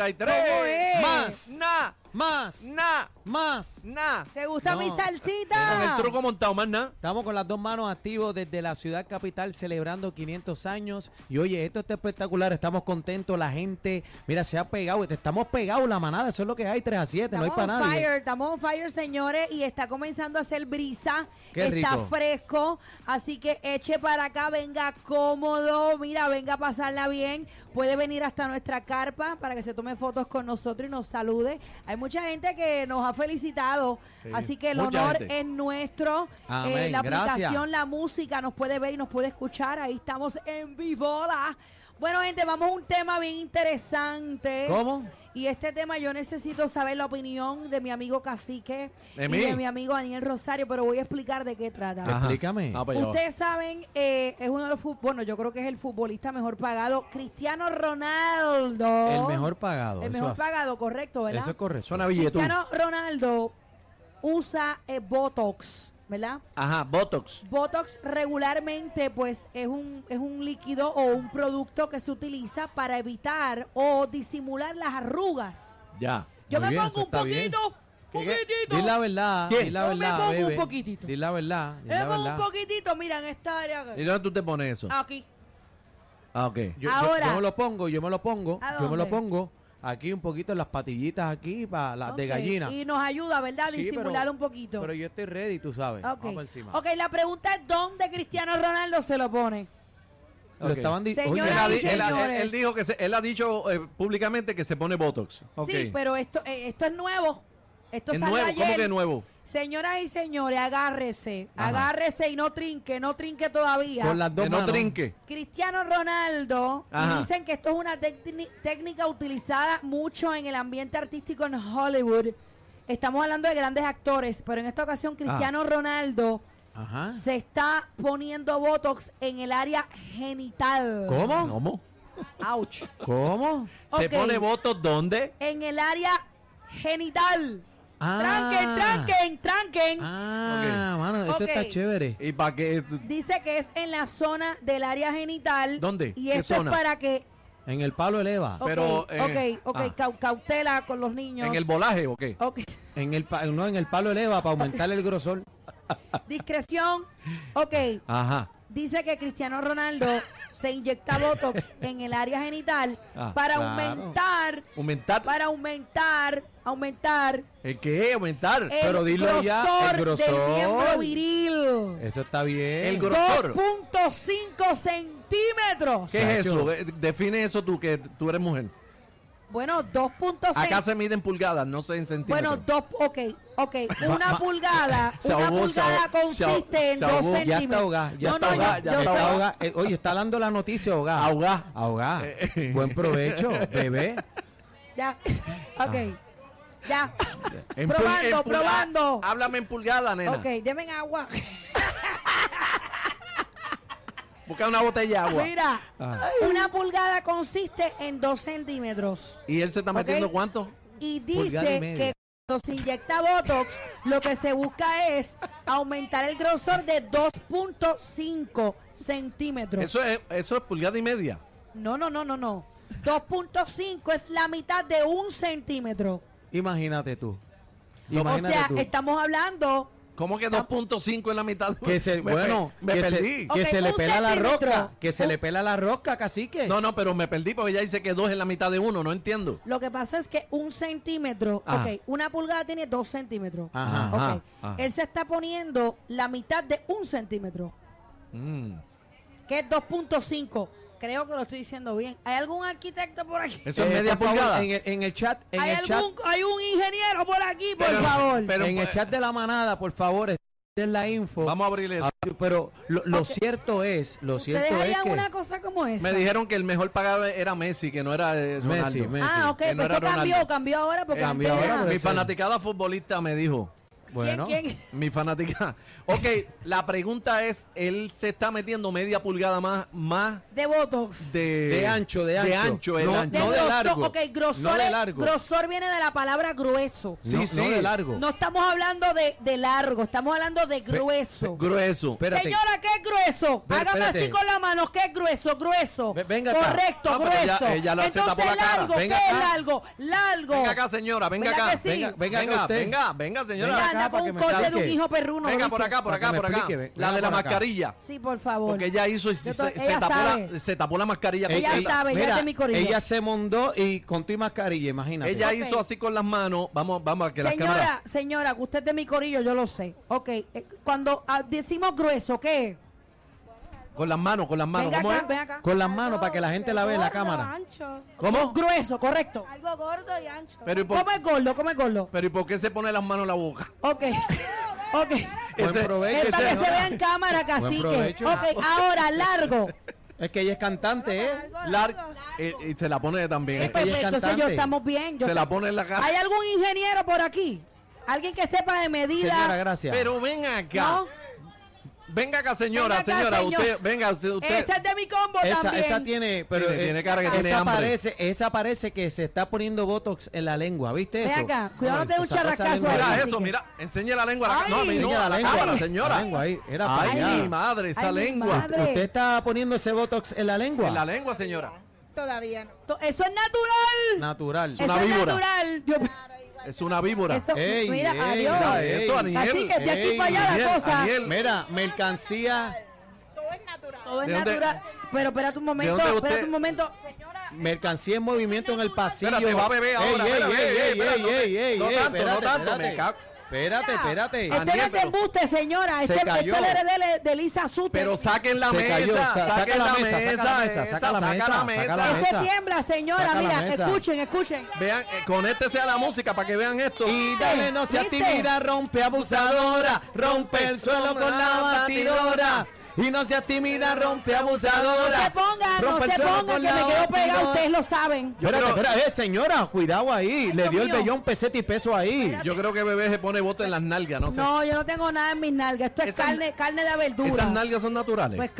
93 es? más na Más, na más. na ¿Te gusta No. mi con el salsita? truco montado más na Estamos con las dos manos activos desde la ciudad capital celebrando 500 años. Y oye, esto está espectacular, estamos contentos, la gente, mira, se ha pegado, estamos pegados la manada, eso es lo que hay, 3 a 7, Estamos no hay para on nadie. fire, estamos on fire, señores, y está comenzando a hacer brisa. Qué está rico. fresco, así que eche para acá, venga cómodo, mira, venga a pasarla bien. Puede venir hasta nuestra carpa para que se tome fotos con nosotros y nos salude. Hay mucha gente que nos ha felicitado, Sí, así que el mucha honor gente. es nuestro. Eh, Amén, la gracias. aplicación, la música, nos puede ver y nos puede escuchar. Ahí estamos en vivola. Bueno, gente, vamos a un tema bien interesante. ¿Cómo? Y este tema yo necesito saber la opinión de mi amigo Cacique ¿De y mí? de mi amigo Daniel Rosario, pero voy a explicar de qué trata. Ajá. Explícame. Ah, pues ya va. Ustedes saben, eh, es uno de los fu- bueno, yo creo que es el futbolista mejor pagado, Cristiano Ronaldo. El mejor pagado. Oh. El eso mejor hace- pagado, correcto, ¿verdad? Eso es correcto. suena billetú Cristiano Ronaldo usa eh, Botox, ¿verdad? ajá botox Botox regularmente pues es un, es un líquido o un producto que se utiliza para evitar o disimular las arrugas. ya Yo Muy me bien, pongo eso un está bien. poquito, ¿Qué, qué? poquitito. Di la verdad, ¿Quién? di la Yo me verdad, pongo un bebé. poquitito. Di la verdad, di Me la pongo un verdad. poquitito, mira, en esta área. y dónde tú te pones eso Aquí. ah ok Yo, yo- Ahora. yo me lo pongo, yo me lo pongo, ¿A yo me dónde? lo pongo aquí un poquito en las patillitas aquí para las de Ok. gallina. Y nos ayuda, ¿verdad? A Sí, disimular pero- un poquito. Pero yo estoy ready, tú sabes. Ok. Vamos pa' encima. ok, la pregunta es: ¿dónde Cristiano Ronaldo se lo pone? Lo Ok. estaban di- eh, Señora él, Señoras ha di- y él ha- él- señores. él dijo que se- él ha dicho eh, públicamente que se pone botox ok Sí, pero esto, eh, esto es nuevo. Esto es salió nuevo ayer. cómo que nuevo Señoras y señores, agárrese. Ajá. Agárrese y no trinque, no trinque todavía. Con las dos que no manos. trinque Cristiano Ronaldo, y Ajá. dicen que esto es una tecni- técnica utilizada mucho en el ambiente artístico en Hollywood. Estamos hablando de grandes actores, pero en esta Ah. ocasión Cristiano Ronaldo Ajá. se está poniendo Botox en el área genital. ¿Cómo? ¿Cómo? Ouch. ¿Cómo? se Ok. pone botox dónde En el área genital. Ah. Tranquen, tranquen, tranquen. Ah, mano, eso Ok. está chévere. y para que Dice que es en la zona del área genital. ¿Dónde? Y ¿Qué esto es zona? para que... En el palo eleva. Ok, Pero, eh, ok, ok, ah. cau- cautela con los niños. en el volaje o qué Ok. En el pa- no, en el palo eleva para aumentar el grosor. Discreción. Ok. ajá Dice que Cristiano Ronaldo se inyecta Botox en el área genital Ah, para claro. aumentar, aumentar para aumentar, aumentar el qué aumentar el Pero dilo grosor, ya, el del grosor. miembro viril. Eso está bien. El grosor. 2.5 centímetros. ¿Qué es eso? Chacho. Eh, Define eso tú, que tú eres mujer. Bueno, 2.5 Acá se miden pulgadas, no sé en Bueno, centímetros. dos, ok, ok, una va- pulgada, se una ahogó, se pulgada ahogó, se ahogó, consiste en se dos ahogó. ya está centímetros. ahogada, ya no, está no, yo- ahogada, yo, ya está soy- ahogada. Eh, Oye, está dando la noticia ahogada. Ahogá. Ahogada. Eh. Buen provecho, bebé. ya, ok, ya, En pul- probando, en pulga- probando. Háblame en pulgada, nena. Ok, denme agua. Busca una botella de agua. Mira, Ah. una pulgada consiste en dos centímetros. ¿Y él se está Ok. metiendo cuánto? Y Pulgada dice y media. que cuando se inyecta Botox, lo que se busca es aumentar el grosor de 2.5 centímetros. Eso es, eso es pulgada y media. No, no, no, no, no. 2.5 es la mitad de un centímetro. Imagínate tú. O Imagínate sea, tú. estamos hablando. ¿Cómo que 2.5 en la mitad? Que se, Me bueno, pe- me que, perdí. se, que Ok, se le un pela la centímetro. rosca. Que se Un- le pela la rosca, cacique. No, no, pero me perdí porque ella dice que dos en la mitad de uno, no entiendo. Lo que pasa es que un centímetro, Ajá. ok, una pulgada tiene dos centímetros. Ajá. Ok. Ajá, ajá. Él se está poniendo la mitad de un centímetro, Mm. que es 2.5. Creo que lo estoy diciendo bien. ¿Hay algún arquitecto por aquí? Eso es Eh, media por favor, pulgada. en, el, en el chat, en ¿Hay, el chat, algún, hay un ingeniero por aquí, por Pero- favor. pero- pues, en el chat de la manada, por favor, esta es la info. Vamos a abrir eso. Ah, Pero lo, lo cierto es, lo ¿Ustedes cierto es harían que una cosa como esa? Me dijeron que el mejor pagado era Messi, que no era eh, Messi, Ronaldo. Messi. ah, ok, que no era pues eso cambió, Ronaldo. cambió ahora porque Cambió antes ahora, era- por Mi eso. fanaticada futbolista me dijo Bueno. ¿Quién, quién? Mi fanática. Ok, la pregunta es, él se está metiendo media pulgada más, más De Botox. de... De ancho, de De ancho. ancho, el No, ancho. no de grosor, largo, Ok, grosor, no de es- largo. grosor viene de la palabra grueso. Sí, no, no sí. de largo. No estamos hablando de, de largo, estamos hablando de grueso. Grueso. Espérate. Señora, ¿qué es grueso? Ve- Hágame espérate. así con la mano, ¿qué es grueso? Grueso. Ve- venga acá. Correcto, Ah, pero ella- grueso. ella lo acepta por Entonces, la cara. largo, Venga ¿qué acá. es largo? Largo. Venga acá, señora, venga ¿Verdad acá. que sí? Venga, venga, Venga venga, usted. venga, venga, señora. Venga, acá anda con para que un me coche de un explique. hijo perruno. Venga, ¿viste? por acá, por Para que acá, me por acá. explique, ven- La venga de la por acá. mascarilla. Sí, por favor. Porque ella hizo y se, Yo to- se ella tapó sabe. la, se tapó la mascarilla. Ella completa. sabe. ya mira, es de mi corillo. ella se mondó y con tu mascarilla, imagínate. Ella Ok. hizo así con las manos. Vamos, vamos a que las señora, cámaras. señora, que usted es de mi corillo, yo lo sé. Ok, eh, cuando ah, decimos grueso, ¿qué? Con las manos, con las manos. venga ¿Cómo acá, es? venga acá. Con las manos para que la gente la vea en la Gordo, cámara. ancho. ¿Cómo? Grueso, correcto. Algo gordo y ancho. Pero ¿y, por, Come gordo, come gordo. pero ¿y por qué se pone las manos en la boca? Ok, ok. Buen Ese- provecho, Es para que señora. se vea en cámara, cacique. provecho. Ok, ahora, largo. Este Es que ella es cantante, ¿eh? Algo Larga. largo. eh, y se la pone también. Es eh. que ella es Perfecto, cantante. señor, estamos bien. Pues, se yo estoy- la pone en la cara. ¿Hay algún ingeniero por aquí? ¿Alguien que sepa de medida? Señora, gracias. Pero ven acá. ¿No? Venga acá, señora, Venga acá, señora. señor. Usted, venga, usted. usted- Esa es de mi combo esa, también. esa tiene, pero Tiene- eh, tiene cara que esa tiene hambre. parece, esa parece que se está poniendo botox en la lengua, ¿viste Ven eso? acá, cuidado, no te Ay, dé un esa- esa charrascazo lengua mira ahí. ahí. eso, mira. Enseña la lengua. a la- Ay. no, a mí no, Enseña a la la lengua, cámara, la señora. lengua ahí, era para Ay, allá. mi madre, esa Ay, mi lengua. madre. Usted está poniéndose botox en la lengua. En la lengua, señora. Todavía no. To- Eso es natural. Natural. una eso víbora. es natural. Yo- Es una víbora. eso, Ey, mira, ey, adiós. mira eso, Aniel. Así que de aquí Ey, para allá Aniel, la cosa. Aniel, Mira, mercancía, Todo es natural. Todo es ¿De dónde- natural. Pero espérate un momento, dónde usted- espérate un momento. Señora, mercancía en movimiento en el pasillo. Espérate, va a beber ahora. Ey, espérate, ey, ey, ey, espérate, ey, ey, ey, no ey, tanto, espérate, no tanto. me espérate. cago. Espérate, espérate. este no es de pero- embuste, señora. Se Este, este cayó. es el heredero de- de Lisa Sutter. Pero saquen la Se mesa, cayó, sa- saquen saca la mesa, saca la mesa, esa, saca la mesa, la saca la mesa. Ese mesa. tiembla, señora. Saca la Mira, mesa. escuchen, escuchen. Vean, eh, conéctese a la música para que vean esto. Y dale, no seas ¿Viste? tímida, rompe abusadora, rompe el suelo con la batidora. Y no seas tímida, rompe abusadora. No se pongan, no rompe el se suelo pongan, con que la me quedo pegado, batidora. ustedes lo saben. Yo Espérate, creo- espérate, eh, señora, cuidado ahí. Le Dios dio el mío. vellón peseta y peso ahí. Yo creo que bebé se pone bote en las nalgas, no sé. No, yo no tengo nada en mis nalgas. Esto es Esas- carne, carne de verdura. Esas nalgas son naturales. Pues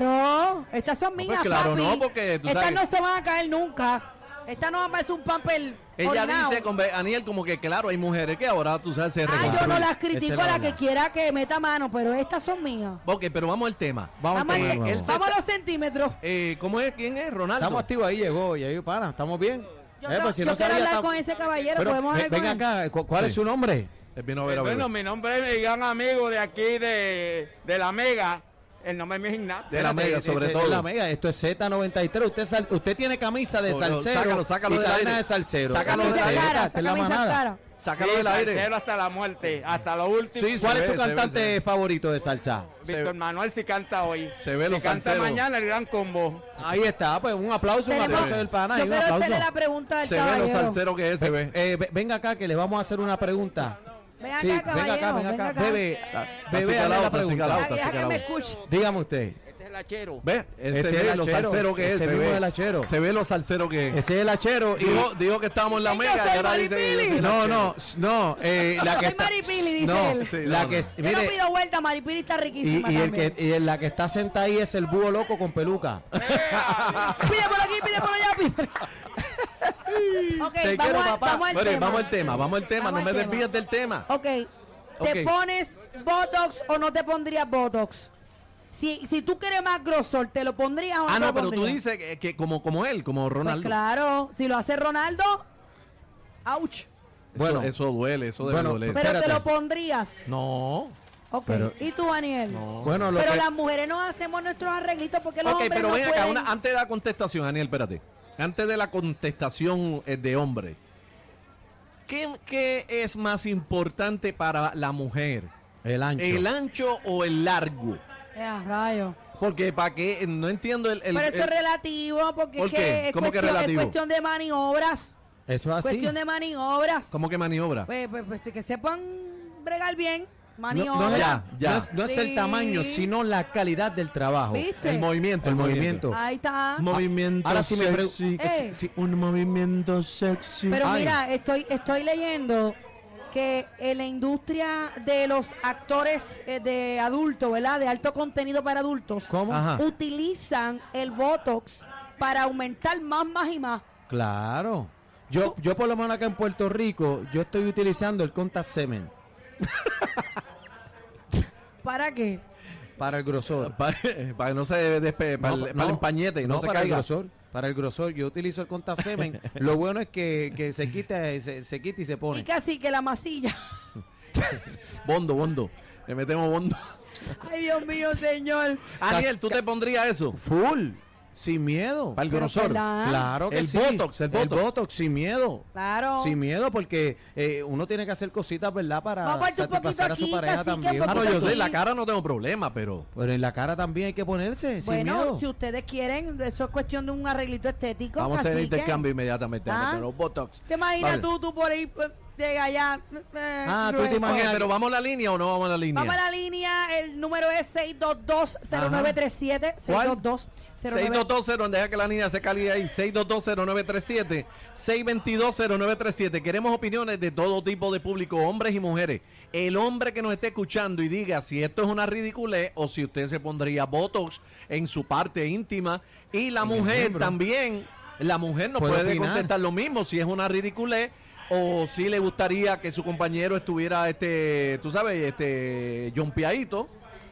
claro, estas son pues mías, claro, papi. no, porque tú Estas sabes- no se van a caer nunca. Esta no va a parecer un pamper Ella ornado. dice con Be- Aniel como que claro, hay mujeres que ahora tú sabes se Ah, yo reconstruyen. no las Esa es critico la a la verdad. que quiera que meta mano, pero estas son mías. Ok, pero vamos al tema. Vamos, Vamos, al tema, a- vamos. él se- vamos a los centímetros. Eh, ¿Cómo es? ¿Quién es? Ronaldo. Estamos activos ahí, llegó. Y ahí, para, estamos bien. Yo, Eh, no- pues si yo no quiero sabía, hablar está- con ese caballero, Pero, podemos ve- hablar ven con él? acá, ¿cu- ¿cuál Sí. es su nombre? Él Eh, vino a Eh, ver a Bueno, bebé. mi nombre es mi gran amigo de aquí de, de la Mega. El nombre mío es Ignacio. De la Espérate, Mega, de- sobre de- todo. De la mega, esto es Z93. Usted, sal- usted tiene camisa de Sobre- salsero. sácalo, sácalo y del cadena aire. de salsero. Sácalo del Camisa aire. cara, Esta es la camisa manada. cara. Sácalo del aire. salsero hasta la muerte, hasta lo último. Sí, sí. ¿Cuál Se es su ve, se ve, cantante se ve. favorito de salsa? Víctor Se- Manuel si canta hoy. se ve Si los canta salseros. mañana el gran combo. Ahí está, pues un aplauso, un Tenemos- aplauso del pana. yo y un quiero aplauso. hacerle la pregunta al Se ve caballero. lo salsero que es, se ve. Eh, ve- venga acá que le vamos a hacer una pregunta. Ven acá, Sí, venga acá, caballero, venga acá. Bebe, Así bebe, calado, así hazle la calado, La así pregunta. vieja que calado. me escuche. Dígame usted. Este es el hachero. ¿Ve? Ese, Ese es es lo el hachero, salsero que es. ese se mismo ve. del hachero. Se ve lo salsero que es. Ese es el hachero y... Dijo, dijo que estábamos en la Yo mega soy y ahora dice que yo soy Maripili. el No, hachero. no, s- no. eh, la Yo que soy está- Maripili, dice no, él. Sí, la no, que... no. Yo no mire, pido vuelta, Maripili está y, riquísima y el también. que, y el- la que está sentada ahí es el búho loco con peluca. Pide por aquí, pide por allá, pide por Ok, Te vamos, quiero, al- papá. vamos al Bueno, y tema. vamos al tema, vamos al tema, Vamos no al me tema. desvíes del tema. Ok, ¿te Ok. pones Botox o no te pondrías Botox? Si, si tú quieres más grosor, ¿te lo pondrías o no Ah, te no, lo pero tú pondrías? dices que, que como, como él, como Pues Ronaldo. claro, si lo hace Ronaldo, ouch. Bueno, Bueno. eso duele, eso debe Bueno, doler. Pero Espérate. te lo pondrías. No. Ok, Pero- ¿y tú, Daniel? Bueno, lo Pero que- las mujeres no hacemos nuestros arreglitos porque los ok, hombres pero no ven acá, pueden. una- antes de la contestación, Daniel, espérate. Antes de la contestación eh, de hombre, ¿qué, qué es más importante para la mujer? el ancho. ¿El ancho o el largo? Eh, a rayo. Porque para qué, no entiendo el... el- Pero eso el- es relativo porque ¿Por es, que qué? es ¿Cómo que cuestión, relativo? ¿Ah, es cuestión de maniobras. Eso es así. Cuestión de maniobras. ¿Cómo que maniobra? Pues, pues, pues, que sepan bregar bien. No, Maniobras. no es, Ya, ya. no es- no es el Sí. tamaño, sino la calidad del trabajo. ¿Viste? el movimiento, Ah, El movimiento. Ahí está. Movimiento Ahora sí me pre- sexy. Eh. Sí, un movimiento sexy. Pero Ay. mira, estoy, estoy leyendo que en la industria de los actores eh, de adultos, ¿verdad? De alto contenido para adultos, ¿Cómo? Ajá. utilizan el Botox para aumentar más, más y más. Claro. Yo, yo por lo menos acá en Puerto Rico, yo estoy utilizando el contact semen ¿Para qué? para el grosor. Para, para eh, que no se despe, para, el, para el empañete y no, se para caiga. el grosor. Para el grosor, yo utilizo el contact semen. lo bueno es que, que se quita, eh, se, se quita y se Y pone. casi que la masilla. Bondo, bondo. Le metemos bondo. Ay, Dios mío, señor. Aniel, Ah, ¿tú te pondrías eso? Full, sin miedo. Para el Pero grosor. ¿verdad? Claro que El sí. Botox, el Botox. sin miedo. Claro. Sin miedo, porque eh, uno tiene que hacer cositas, ¿verdad? Para Vamos a parte un satisfacer a su poquito aquí, pareja cacique, también. un Ah, no, yo Botox. sé, la cara no tengo problema, pero... Pero en la cara también hay que ponerse, sin bueno, miedo. si ustedes quieren, eso es cuestión de un arreglito estético. Vamos a hacer el cacique. intercambio inmediatamente. Ah. Pero Botox. ¿Te imaginas Vale. tú, tú por ahí, eh, de allá? eh, Ah, tú te Ok, grueso? imaginas- pero ¿vamos a la línea o no vamos a la línea? Vamos a la línea, el número es 622-0937. ¿Cuál? 622-0937. 6220937, deja que la niña se calide ahí, 6220937, 6220937. Queremos opiniones de todo tipo de público, hombres y mujeres. El hombre que nos esté escuchando y diga si esto es una ridiculez o si usted se pondría Botox en su parte íntima. Y la mujer también, la mujer nos Puede puede opinar. contestar lo mismo, si es una ridiculez o si le gustaría que su compañero estuviera, este, tú sabes, este, jumpeadito.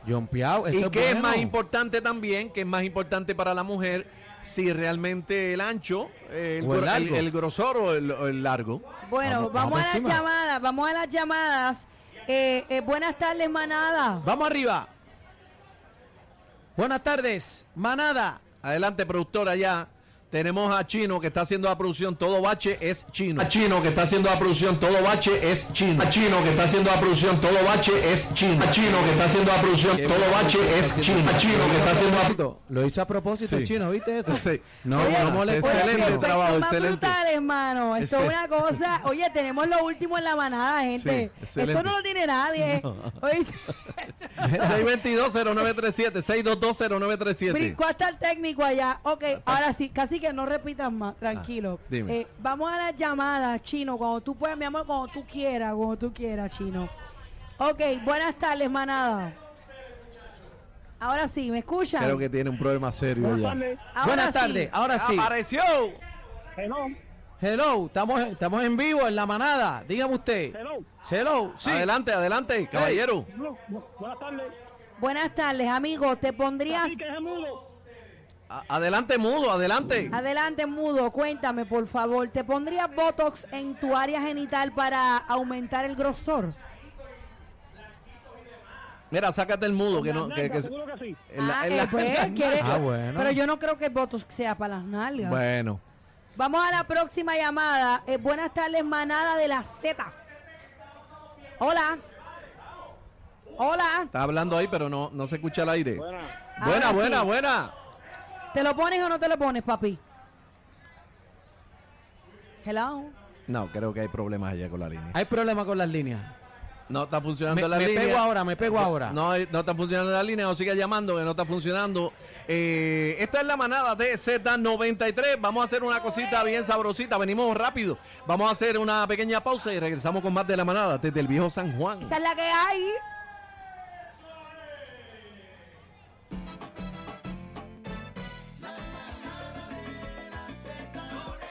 John Piao, eso ¿Y es qué es bueno. más importante también? ¿Qué es más importante para la mujer? Si realmente el ancho, eh, el, O el gro- largo. el- el grosor o el, o el largo. Bueno, vamos, Vamos- vamos a las encima. llamadas, vamos a las llamadas. Eh, eh, buenas tardes, manada. Vamos arriba. Buenas tardes, manada. Adelante, productora, ya. Tenemos a Chino que está haciendo la producción. Todo bache es chino. A Chino que está haciendo la producción. Todo bache es chino. A Chino que está haciendo la producción. Todo bache es chino. A Chino que está haciendo la producción. Todo bache es chino. A Chino que está haciendo la Lo hizo a propósito, Sí. chino, ¿viste eso? Sí. No, Oye, no molesta. excelente Oye, pero trabajo, esto es más excelente. brutal, hermano. Esto es una cosa. Oye, tenemos lo último en la manada, gente. Sí, excelente. esto no lo tiene nadie. Oíste. 622-0937. 622-0937. Brincó hasta el técnico allá. Ok, ahora sí, casi que no repitas más, tranquilo. Ah, dime. Eh, vamos a las llamadas, Chino, cuando tú puedas, mi amor, cuando tú quieras, cuando tú quieras, Chino. Ok, buenas tardes, manada. Ahora sí, ¿me escuchan? Creo que tiene un problema serio ya. Ahora Buenas sí. tardes, ahora sí. ¡Apareció! Hello, Hello, estamos, estamos en vivo en la manada. Dígame usted. hello. Hello, sí. Adelante, adelante, caballero. hello. Bu- Buenas tardes. Buenas tardes, amigo. ¿Te pondrías Cacique es mudo. A- adelante, mudo, adelante. adelante, mudo? Cuéntame, por favor. ¿Te pondrías Botox en tu área genital para aumentar el grosor? Mira, sácate el mudo que Las no. Que, nalgas, que- seguro que sí. en la- Ah, en la- eh, pues, ¿quieres? Ah, bueno. Pero yo no creo que el Botox sea para las nalgas. bueno, Vamos a la próxima llamada. Eh, buenas tardes, manada de la Z. Hola. Hola. está hablando ahí, pero no, no se escucha el aire. Buena. Buena, Ahora buena, sí. buena. ¿Te lo pones o no te lo pones, papi? Hello. No, creo que hay problemas allá con la línea. Hay problema con las líneas. No está funcionando Me, la me línea. pego ahora, me pego ahora. No, no está funcionando la línea, no siga llamando, que no está funcionando. Eh, esta es la manada de Z93. Vamos a hacer una cosita bien sabrosita. Venimos rápido. Vamos a hacer una pequeña pausa y regresamos con más de la manada desde el viejo San Juan. Esa es la que hay.